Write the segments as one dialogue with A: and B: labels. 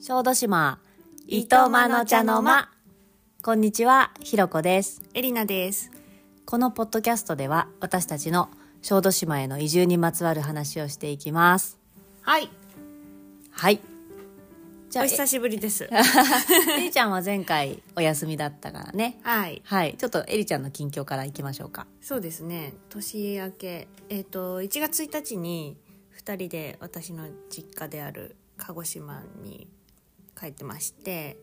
A: 小豆島、糸間の茶の間。こんにちは、ひろこです。
B: エリナです。
A: このポッドキャストでは、私たちの小豆島への移住にまつわる話をしていきます。
B: はい。
A: はい。じゃ
B: お
A: あ、え
B: 久しぶりです。
A: エリちゃんは前回お休みだったからね。
B: はい。
A: はい。ちょっとエリちゃんの近況からいきましょうか。
B: そうですね。年明け、えっ、と1月1日に2人で私の実家である鹿児島に帰ってまして、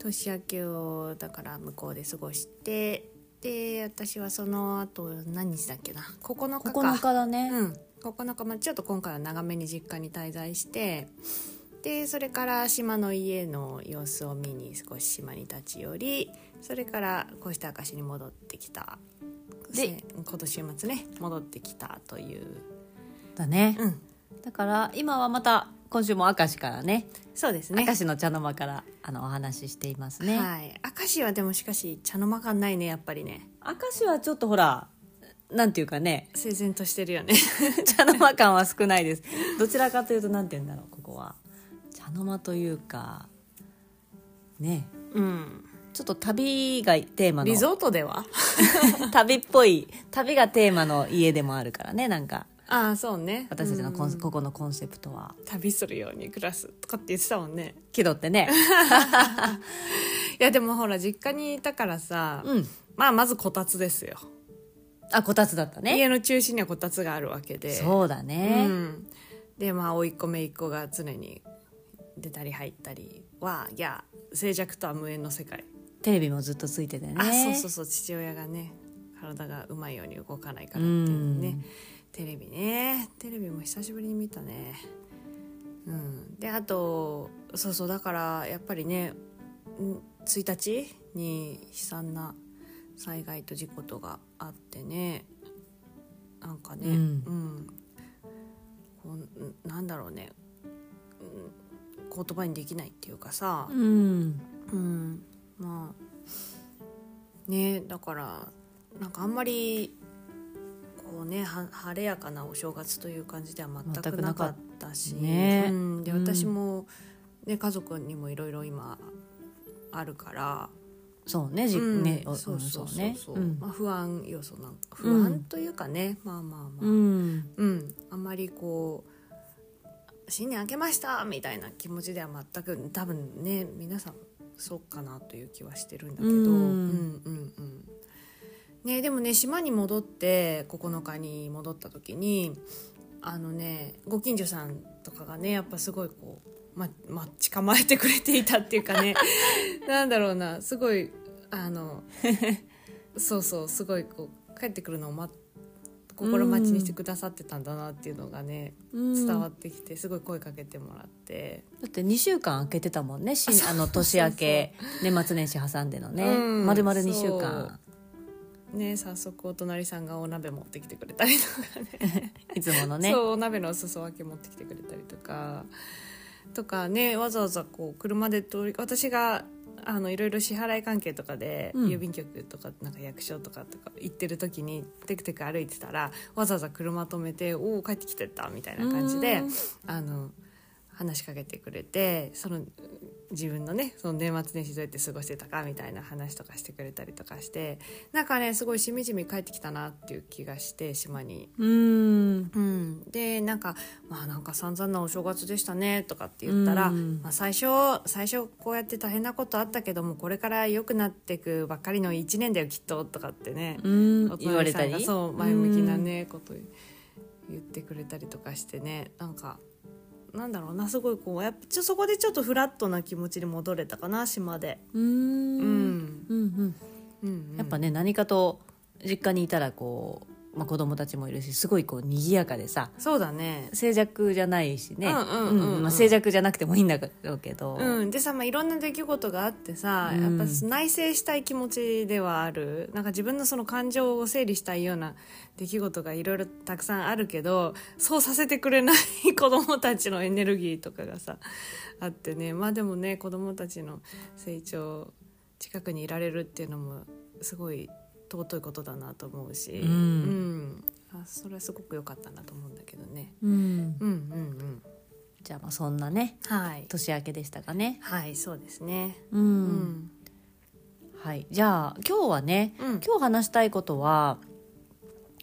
B: 年明けをだから向こうで過ごして、で私はその後何日だっけな、9日か。
A: 9日だね。
B: うん、9日まあちょっと今回は長めに実家に滞在してでそれから島の家の様子を見に少し島に立ち寄りそれからこうした証に戻ってきた
A: で
B: 今年週末ね戻ってきたという、
A: だね。
B: うん、
A: だから、今はまた、今週も明石からね。
B: そうですね
A: 明石の茶の間から、あの、お話ししていますね。
B: はい、明石はでもしかし茶の間感ないねやっぱりね
A: 明石はちょっとほらなんていうかね
B: 整然としてるよね
A: 茶の間感は少ないですどちらかというとなんて言うんだろうここは茶の間というかね
B: うん
A: ちょっと旅がテーマ
B: リ
A: の
B: ゾートでは
A: 旅っぽい旅がテーマの家でもあるからねなんか
B: ああそうね
A: 私たちのコン
B: うん
A: ここのコンセプトは
B: 旅するように暮らすとかって言ってたもんね
A: 気取って ね
B: いやでもほら実家にいたからさ、
A: うん
B: まあまずこたつですよ
A: あこたつだったね
B: 家の中心にはこたつがあるわけで
A: そうだね、
B: うん、でまあ甥っ子姪っ子が常に出たり入ったりはギャー静寂とは無縁の世界、
A: テレビもずっとついててね
B: あそうそうそう父親がね体がうまいように動かないからっていうの
A: う
B: ね
A: ん
B: テレビねテレビも久しぶりに見たねうんであとそうそうだからやっぱりねん1日に悲惨な災害と事故とがあってねなんかね
A: う
B: うんん、こうなんだろうね、うん、言葉にできないっていうかさ、
A: うん
B: うんまあねだからなんかあんまりこうねは晴れやかなお正月という感じでは全
A: 全く
B: く
A: な
B: な
A: か
B: か
A: っ
B: ったし
A: ね
B: うん、で
A: うん
B: 私も、ね、家族にもいろいろ今あるから、
A: そうねじ、
B: うん
A: ねお
B: そうそうそうそう,、
A: ねうん
B: まあ、不安要素なんか
A: うん
B: 不安というかね、まあまあまあ、
A: うん
B: うん、あんまりこう新年明けましたみたいな気持ちでは全く多分ね皆さんそうかなという気はしてるんだけど、
A: う
B: うんん、うんうんね、でもね島に戻って9日に戻った時にあのねご近所さんとかがねやっぱすごいこう、ま、待ち構えてくれていたっていうかねなんだろうなすごいあのそうそうすごいこう帰ってくるのを待っ心待ちにしてくださってたんだなっていうのがね伝わってきてすごい声かけてもらって、
A: だって2週間空けてたもんねしあの年明け年末年始挟んでのね、
B: うん
A: まるまる2週間
B: ね早速お隣さんがお鍋持ってきてくれたりとかね
A: いつものね
B: そうお鍋のお裾分け持ってきてくれたりとかとかねわざわざこう車で通り私があのいろいろ支払い関係とかで、
A: うん
B: 郵便局とかなんか役所とかとか行ってる時にテクテク歩いてたらわざわざ車止めて「おお帰ってきてた」みたいな感じで
A: うん
B: あの話しかけてくれてその自分のねその年末年始どうやって過ごしてたかみたいな話とかしてくれたりとかしてなんかねすごいしみじみ帰ってきたなっていう気がして島に
A: うん
B: うん、でなんか「まあなんか散々なお正月でしたね」とかって言ったら、
A: うん
B: まあ、最初最初こうやって大変なことあったけどもこれから良くなってくばっかりの1年だよきっととかってね、
A: うん
B: お
A: 言われ
B: 隣さ
A: た
B: んが
A: り
B: そう前向きなねこと言ってくれたりとかしてねなんかなんだろうなすごいこうやっぱちょそこでちょっとフラットな気持ちに戻れたかな島で、
A: うん
B: う
A: うん
B: ん
A: うん
B: うんうん
A: やっぱね何かと実家にいたらこう、まあ、子供たちもいるしすごいこう賑やかでさ
B: そうだね
A: 静寂じゃないしね
B: うんうんうんうん
A: まあ静寂じゃなくてもいいんだろうけど、
B: うん、でさ、まあ、いろんな出来事があってさ、
A: うん
B: やっぱ内省したい気持ちではあるなんか自分のその感情を整理したいような出来事がいろいろたくさんあるけどそうさせてくれない子供たちのエネルギーとかがさあってねまあでもね子供たちの成長近くにいられるっていうのもすごい尊いことだなと思うし、
A: うん
B: うんあそれはすごく良かったなと思うんだけどね。
A: うん
B: うんうんうん
A: じゃあまあそんなね
B: はい
A: 年明けでしたかね
B: はいそうですね
A: う、
B: うんん
A: はいじゃあ今日はね
B: うん
A: 今日話したいことは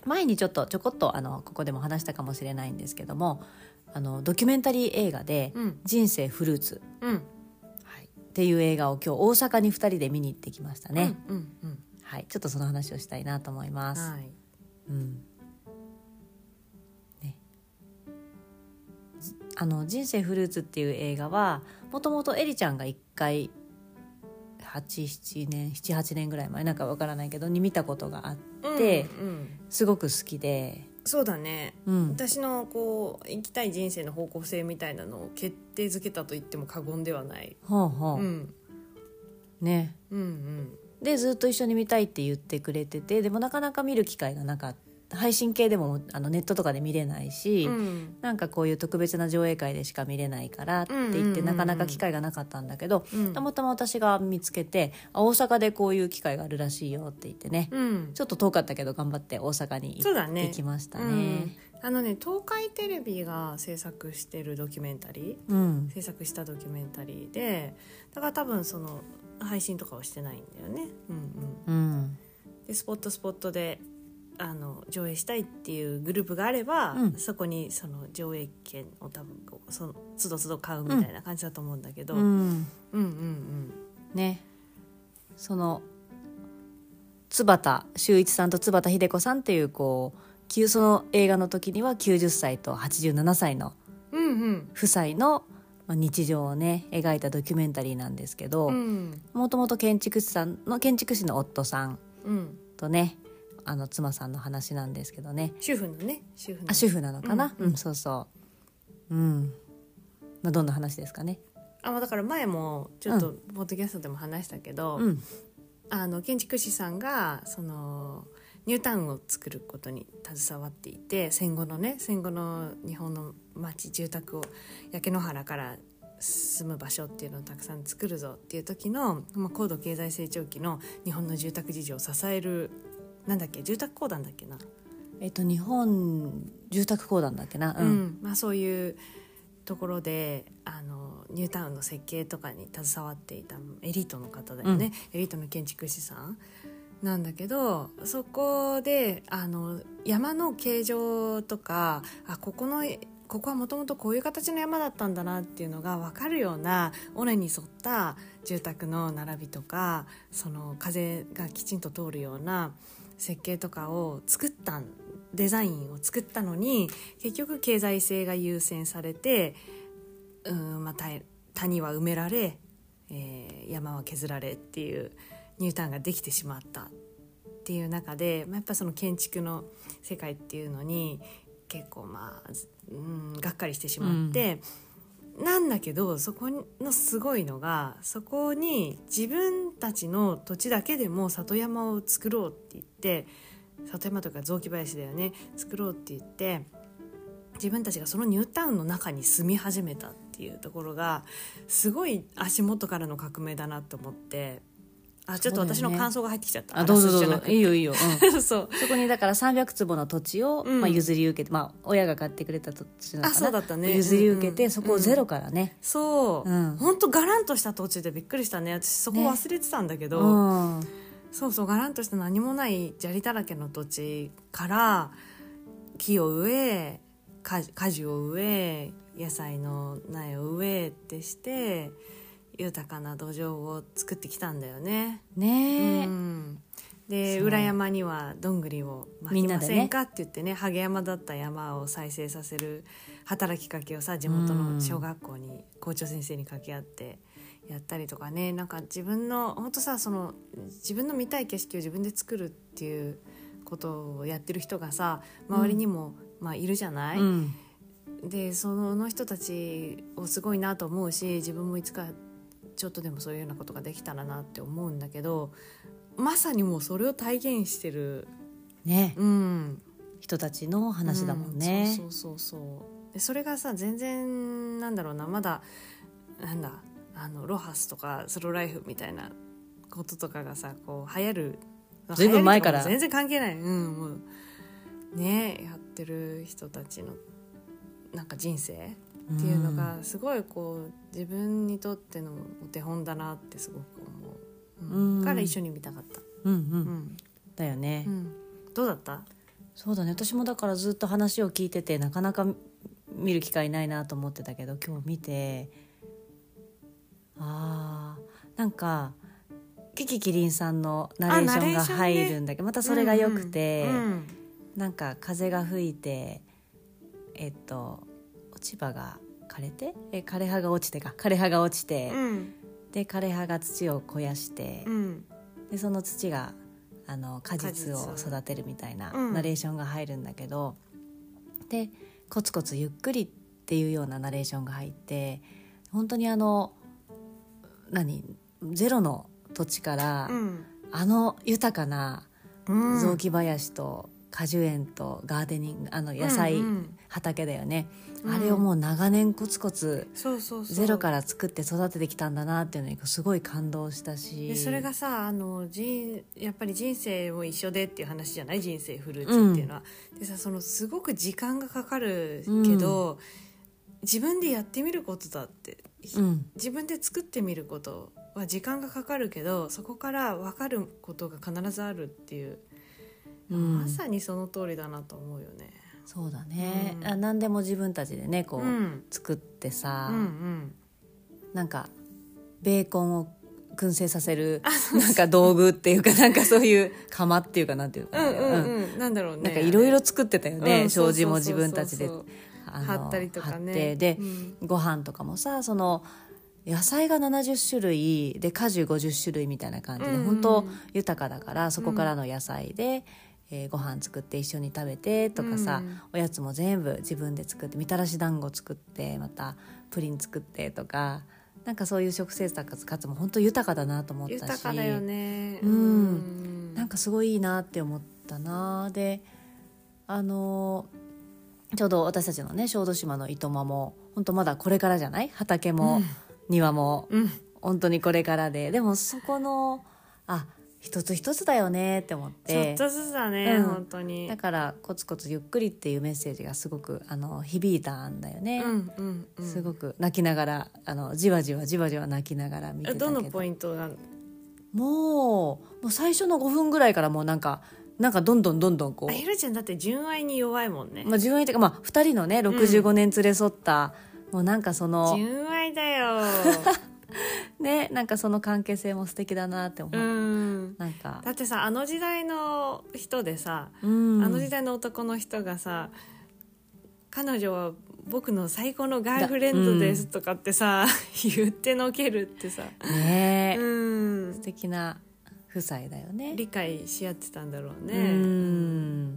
A: 前にちょっとちょこっとあのここでも話したかもしれないんですけどもあのドキュメンタリー映画で
B: うん
A: 「人生フルーツ」
B: うん
A: っていう映画を今日大阪に2人で見に行ってきましたね、
B: うんうん
A: はい、ちょっとその話をしたいなと思いま
B: うん
A: す、
B: はい
A: うんね、じあの「人生フルーツ」っていう映画はもともとエリちゃんが1回87年78年ぐらい前なんかわからないけどに見たことがあってで
B: うんうん
A: すごく好きで、
B: そうだね
A: うん、
B: 私のこう生きたい人生の方向性みたいなのを決定づけたと言っても過言ではない、
A: ほうほ
B: う
A: う、
B: ん、
A: ね
B: うんうん
A: でずっと一緒に見たいって言ってくれててでもなかなか見る機会がなかった配信系でもあのネットとかで見れないし、
B: うん
A: なんかこういう特別な上映会でしか見れないからって言って、
B: うんうんうんうん
A: なかなか機会がなかったんだけど、
B: うん
A: たまたま私が見つけてあ大阪でこういう機会があるらしいよって言ってね、
B: うん
A: ちょっと遠かったけど頑張って大阪に行
B: そうだ
A: って
B: ね
A: きました
B: う
A: ね
B: ん。、あのね東海テレビが制作してるドキュメンタリ
A: うん
B: ー制作したドキュメンタリーでだから多分その配信とかはしてないんだよね、うんう
A: うん
B: ん、でスポットスポットであの上映したいっていうグループがあれば、
A: うん
B: そこにその上映券を多分こうそのつどつど買うみたいな感じだと思うんだけど、
A: うん
B: うんうん
A: ねその椿秀一さんと椿秀子さんっていうこうきゅその映画の時には90歳と87歳の
B: うんうん
A: 夫妻のまあ日常をね描いたドキュメンタリーなんですけど
B: うん
A: もともと建築士さんの建築士の夫さん
B: うん
A: とねあの妻さんの話なんですけどね
B: 主婦のね主婦の
A: あ主婦なのかな、
B: う
A: うんんそうそううん、まあ、どんな話ですかね
B: あまあだから前もちょっとポッドキャストでも話したけど、
A: うん
B: あの建築士さんがそのニュータウンを作ることに携わっていて戦後のね戦後の日本の町住宅を焼け野原から住む場所っていうのをたくさん作るぞっていう時の、まあ、高度経済成長期の日本の住宅事情を支えるなんだっけ住宅公団だっけな、
A: えっと日本住宅公団だっけな
B: うんまあ、そういうところであのニュータウンの設計とかに携わっていたエリートの方だよね、エリートの建築士さんなんだけどそこであの山の形状とかあここのここはもともとこういう形の山だったんだなっていうのが分かるような尾根に沿った住宅の並びとかその風がきちんと通るような設計とかを作ったんデザインを作ったのに結局経済性が優先されてうん、まあ、た谷は埋められ、えー山は削られっていうニュータウンができてしまったっていう中で、まあ、やっぱその建築の世界っていうのに結構まあ、ずうん、がっかりしてしまって、なんだけどそこのすごいのがそこに自分たちの土地だけでも里山を作ろうって言って里山というか雑木林だよね作ろうって言って自分たちがそのニュータウンの中に住み始めたっていうところがすごい足元からの革命だなと思ってあちょっと
A: そうだよね
B: 私の感想が入ってきちゃった、
A: あどうぞどう
B: あら
A: ぞ
B: すじ
A: いいよいいよ、う
B: ゃなくそう
A: そこにだから300坪の土地を、
B: うん
A: まあ、譲り受けて、まあ、親が買ってくれた土地なのかな
B: あそうだったね
A: 譲り受け
B: うんう
A: て
B: ん
A: そこをゼロからね、
B: そう、
A: うん
B: ほんとガランとした土地でびっくりしたね私そこ
A: ね
B: 忘れてたんだけ
A: う
B: ど、
A: ん
B: そうそうガランとした何もない砂利だらけの土地から木を植え果樹果樹を植え野菜の苗を植えってして豊かな土壌を作ってきたんだよね。
A: ねえ、
B: うんで
A: そう
B: 裏山にはどんぐりをまき
A: みんな
B: ま
A: で
B: せん
A: ね
B: かって言ってねハゲ山だった山を再生させる働きかけをさ地元の小学校に校長先生に掛け合ってやったりとかねなんか自分の本当さその自分の見たい景色を自分で作るっていうことをやってる人がさ周りにも、まあ、いるじゃない、
A: うん
B: でその人たちをすごいなと思うし自分もいつかちょっとでもそういうようなことができたらなって思うんだけどまさにもうそれを体現してる、
A: ね
B: うん、
A: 人たちの話だもんね、
B: うんそうそうそうそうでそれがさ全然なんだろうなまだなんだあのロハスとかスローライフみたいなこととかがさこう流行る
A: ずいぶん前から
B: 流行りとも全然関係ない、うん、もうねやってる人たちのなんか人生っていうのがすごいこう自分にとってのお手本だなってすごく思う、うん
A: うん
B: から一緒に見たかった、
A: うんうん、
B: うん
A: だよね、
B: うん、どうだった
A: そうだね私もだからずっと話を聞いててなかなか見る機会ないなと思ってたけど今日見てあーなんかキキキリンさんのナレーションが
B: あナレーションね
A: 入るんだけど、またそれが良くて、
B: うんうん
A: なんか風が吹いてえっと落ち葉が枯れてえ枯れ葉が落ちてか枯れ葉が落ちて、
B: うん
A: で枯れ葉が土を肥やして、
B: うん
A: でその土があの果実を
B: 果実
A: 育てるみたいな
B: うん
A: ナレーションが入るんだけど、でコツコツゆっくりっていうようなナレーションが入って本当にあの何ゼロの土地から、
B: うん
A: あの豊かな
B: うん
A: 雑木林と果樹園とガーデニングあの野菜
B: うんうん
A: 畑だよね、
B: うん
A: あれをもう長年コツコツ
B: そうそうそう
A: ゼロから作って育ててきたんだなっていうのにすごい感動したし
B: でそれがさあの人やっぱり人生も一緒でっていう話じゃない人生フルーツっていうのは、でさそのすごく時間がかかるけど、自分でやってみることだって、
A: うん
B: 自分で作ってみることは時間がかかるけどそこから分かることが必ずあるっていう、
A: うん
B: まさにその通りだなと思うよね。
A: そうだね、
B: うん
A: あ何でも自分たちでねこ
B: う
A: う、
B: ん
A: 作って
B: う
A: さ、
B: んうん、
A: なんかベーコンを燻製させるなんか道具っていうか なんかそういう釜っていうかなんていうかな、
B: うんうんうんなんだろうね
A: なんかいろい
B: ろ
A: ろ作ってたよね、障子も自分たちであの
B: 貼ったりとか
A: 貼
B: ね
A: ってで、
B: うん
A: ご飯とかもさその野菜が70種類で果樹50種類みたいな感じで、
B: うんうん
A: 本当豊かだからそこからの野菜で、えーご飯作って一緒に食べてとかさ、
B: うん
A: おやつも全部自分で作ってみたらし団子作ってまたプリン作ってとかなんかそういう食生活活も本当豊かだなと思ったし
B: 豊かだよね
A: うん
B: うん
A: なんかすごいいいなって思ったなであのちょうど私たちのね小豆島の糸間も本当まだこれからじゃない畑も、庭も
B: うん
A: 本当にこれからででもそこのあ一つ一つだよねって思っ
B: ちょってとずつだね、
A: うん
B: 本当に
A: だからコツコツゆっくりっていうメッセージがすごくあの響いたんだよね、
B: うんうんうん
A: すごく泣きながらあのじわじわじわじわ泣きながら見てたけど
B: どのポイントが
A: もうもう最初の5分ぐらいからもうなんかなんかどんどんどんどんこ
B: あ
A: う
B: ひろちゃんだって純愛に弱いもんね、
A: まあ、順位というか、まあ、2人のね65年連れ添った、もうなんかその
B: 純愛だ よ
A: ねなんかその関係性も素敵だなって思う、
B: うん
A: なんか、
B: だってさあの時代の人でさ、
A: うん、
B: あの時代の男の人がさ彼女は僕の最高のガールフレンドですとかってさ、言ってのけるってさ、
A: ねえ、
B: うん
A: 素、敵な夫妻だよね
B: 理解し合ってたんだろう
A: う
B: ね、
A: ん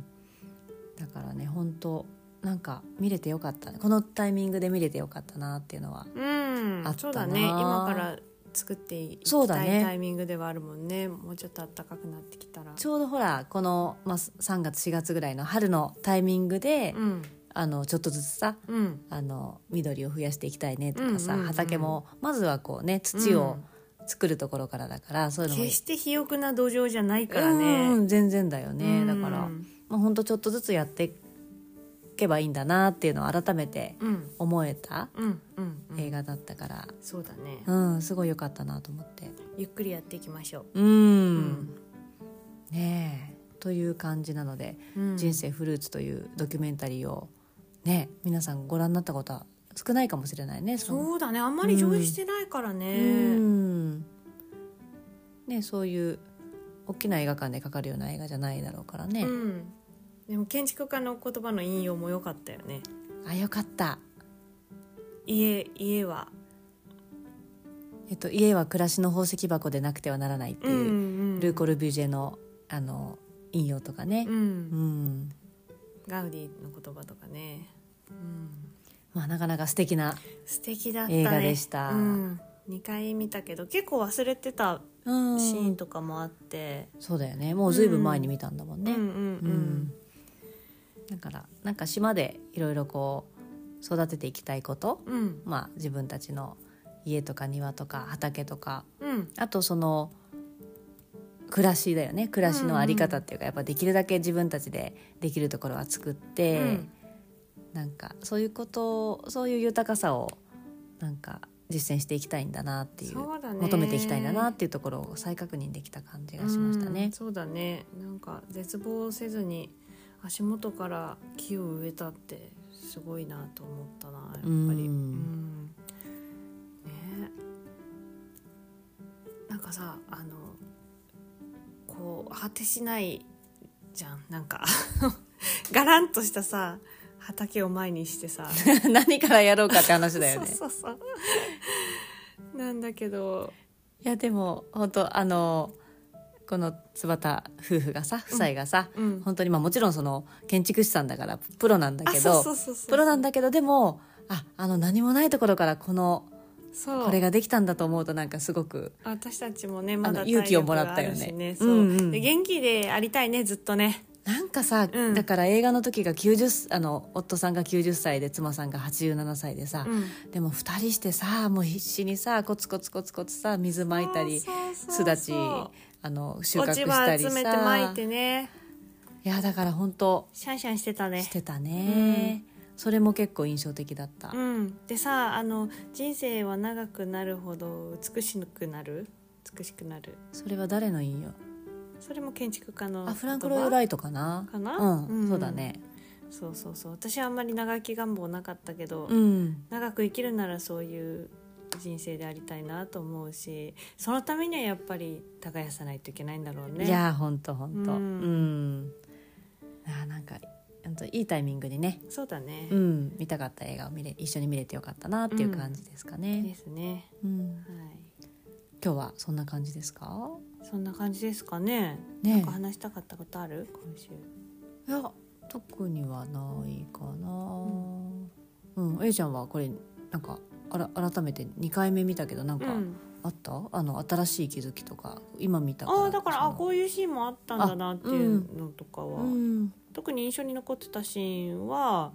A: だからね本当なんか見れてよかったこのタイミングで見れてよかったなっていうのは
B: うん
A: あったな
B: そうだね今から作っていき
A: そうだ
B: たい
A: ね
B: タイミングではあるもんねもうちょっと暖かくなってきたら
A: ちょうどほらこの、まあ、3月4月ぐらいの春のタイミングで、
B: うん
A: あのちょっとずつさ
B: うん
A: あの緑を増やしていきたいねとかさ、
B: うんうんうん
A: 畑もまずはこうね土を作るところからだから、そういうのも
B: 決して肥沃な土壌じゃないからね
A: うん全然だよね、
B: うん
A: だから、まあ、ほんとちょっとずつやっていけばいいんだなっていうのを改めて
B: うん
A: 思えた
B: うんうんうん
A: 映画だったから、
B: そうだね
A: うんすごい良かったなと思って。
B: ゆっくりやっていきましょ
A: うん、
B: う
A: ねえという感じなので「
B: 人
A: 人生フルーツ」というドキュメンタリーをね皆さんご覧になったことは少ないかもしれないね。の
B: そうだねあんまり上手してないからね
A: うんねそういう大きな映画館でかかるような映画じゃないだろうからね、
B: うんでも建築家の言葉の引用も良かったよね
A: あよかった、
B: 家家は
A: えっと、家は暮らしの宝石箱でなくてはならないっていう、
B: ん
A: ルーコ・ルビュジェのあの引用とかね
B: う、
A: う
B: ん
A: ん
B: ガウディの言葉とかね、うん、
A: まあ、なかなか素敵な、
B: 素敵だったね
A: 映画でした
B: うん、2回見たけど結構忘れてた
A: うん
B: シーンとかもあって、
A: そうだよねもうずいぶん前に見たんだもんね、
B: うんうん
A: うんだからなんか島でいろいろこう育てていきたいこと、
B: うんうん
A: まあ、自分たちの家とか庭とか畑とか
B: うん
A: あとその暮らしだよね暮らしのあり方っていうか、やっぱできるだけ自分たちでできるところは作って、
B: うん
A: なんかそういうことそういう豊かさをなんか実践していきたいんだなっていう
B: そうだね
A: 求めていきたいんだなっていうところを再確認できた感じがしました
B: う
A: ね
B: ん。そうだねなんか絶望せずに足元から木を植えたってすごいなと思ったなやっぱり
A: うん
B: うんねなんかさあのこう果てしないじゃんなんか ガランとしたさ畑を前にしてさ
A: 何からやろうかって話だよね。
B: そうそうそうなんだけど
A: いやでも本当あのこの津端夫婦がさ夫妻がさ、
B: うん
A: 本当にまあもちろんその建築士さんだからプロなんだ
B: あ
A: け
B: そう
A: ど
B: そうそうそう
A: プロなんだけどでもああの何もないところからこの
B: そう
A: これができたんだと思うとなんかすごく
B: 私たちもねまだ
A: 勇気をもらったよね
B: 体力があるしそう、
A: うんうん
B: で元気でありたいねずっとね
A: なんかさ、
B: うん
A: だから映画の時が90あの夫さんが90歳で妻さんが87歳でさ、
B: うん
A: でも2人してさもう必死にさコツコツコツコツさ水まいたり
B: そうそうそう
A: すだちあの収穫
B: 落
A: し
B: ち
A: た
B: 葉
A: り
B: 集
A: さ
B: めてまいてね
A: いやだから本当
B: シャンシャンしてたね
A: してたね、それも結構印象的だった、
B: うんでさあの人生は長くなるほど美しくなる美しくなる
A: それは誰の引用
B: それも建築家の
A: あフランク・ロイド・ラ
B: イ
A: イトかな
B: かな
A: うん、
B: うん
A: そうだね
B: そうそうそう私はあんまり長生き願望なかったけど、
A: うん
B: 長く生きるならそういう人生でありたいなと思うしそのためにはやっぱり耕さないといけないんだろうね。
A: いやーほんとほんとう、
B: うんん
A: あーなんかほんといいタイミングでね、
B: そうだね、
A: うん、見たかった映画を見れ一緒に見れてよかったなっていう感じですか
B: で
A: ね、
B: すね、
A: うん
B: はい、
A: 今日はそんな感じですか
B: そんな感じですかね。な
A: ね
B: んか話したかったことある今週
A: いや特にはないかなうん、A ちゃんはこれなんかあら改めて2回目見たけどなんか、
B: うん、
A: あったあの新しい気づきとか今見た
B: ああだからあこ
A: う
B: ういうシーンもあったんだなっていうのとかは、
A: うん、
B: 特に印象に残ってたシーンは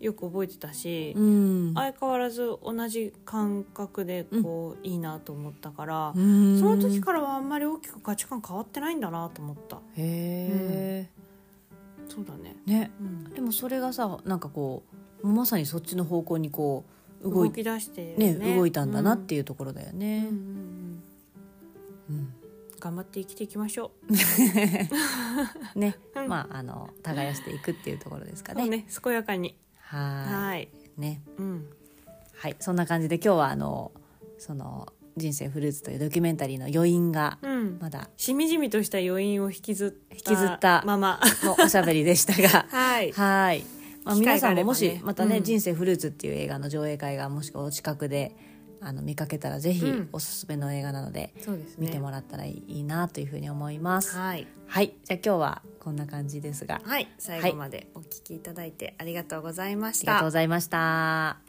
B: よく覚えてたし、
A: うん
B: 相変わらず同じ感覚でこう、いいなと思ったから、
A: うん
B: その時からはあんまり大きく価値観変わってないんだなと思った
A: へえ、
B: そうだね、
A: ね
B: うん、
A: でもそれがさなんかこうまさにそっちの方向にこう動
B: 動
A: い
B: き出して
A: ね動いたんだなっ
B: い
A: ていうところだよ
B: うん
A: ね
B: うんう、ん
A: うん
B: うん、頑張って生きていきましょ
A: ね、
B: うん
A: まああの耕していくっていうところですか
B: う
A: ね
B: ねね健やかに
A: は
B: はい
A: いね
B: うん
A: はいそんな感じで今日はあのその「人生フルーツ」というドキュメンタリーの余韻が
B: うん
A: まだ
B: しみじみとした余韻を引きずった
A: 引きずった
B: まま
A: のおしゃべりでした が
B: はい
A: はい。まあ、
B: 機
A: 皆
B: 会が
A: さ
B: あ
A: んも
B: ればね
A: もしまたね「
B: うん
A: 人生フルーツ」っていう映画の上映会がもしくはお近くであの見かけたらぜひ
B: うん
A: おすすめの映画なので
B: そうですね
A: 見てもらったらいいなというふうに思います。はい、
B: はい
A: じゃあ今日はこんな感じですがあ
B: はい最後までお聞きいただいてありがとうございまし
A: り
B: た、
A: がとうございました。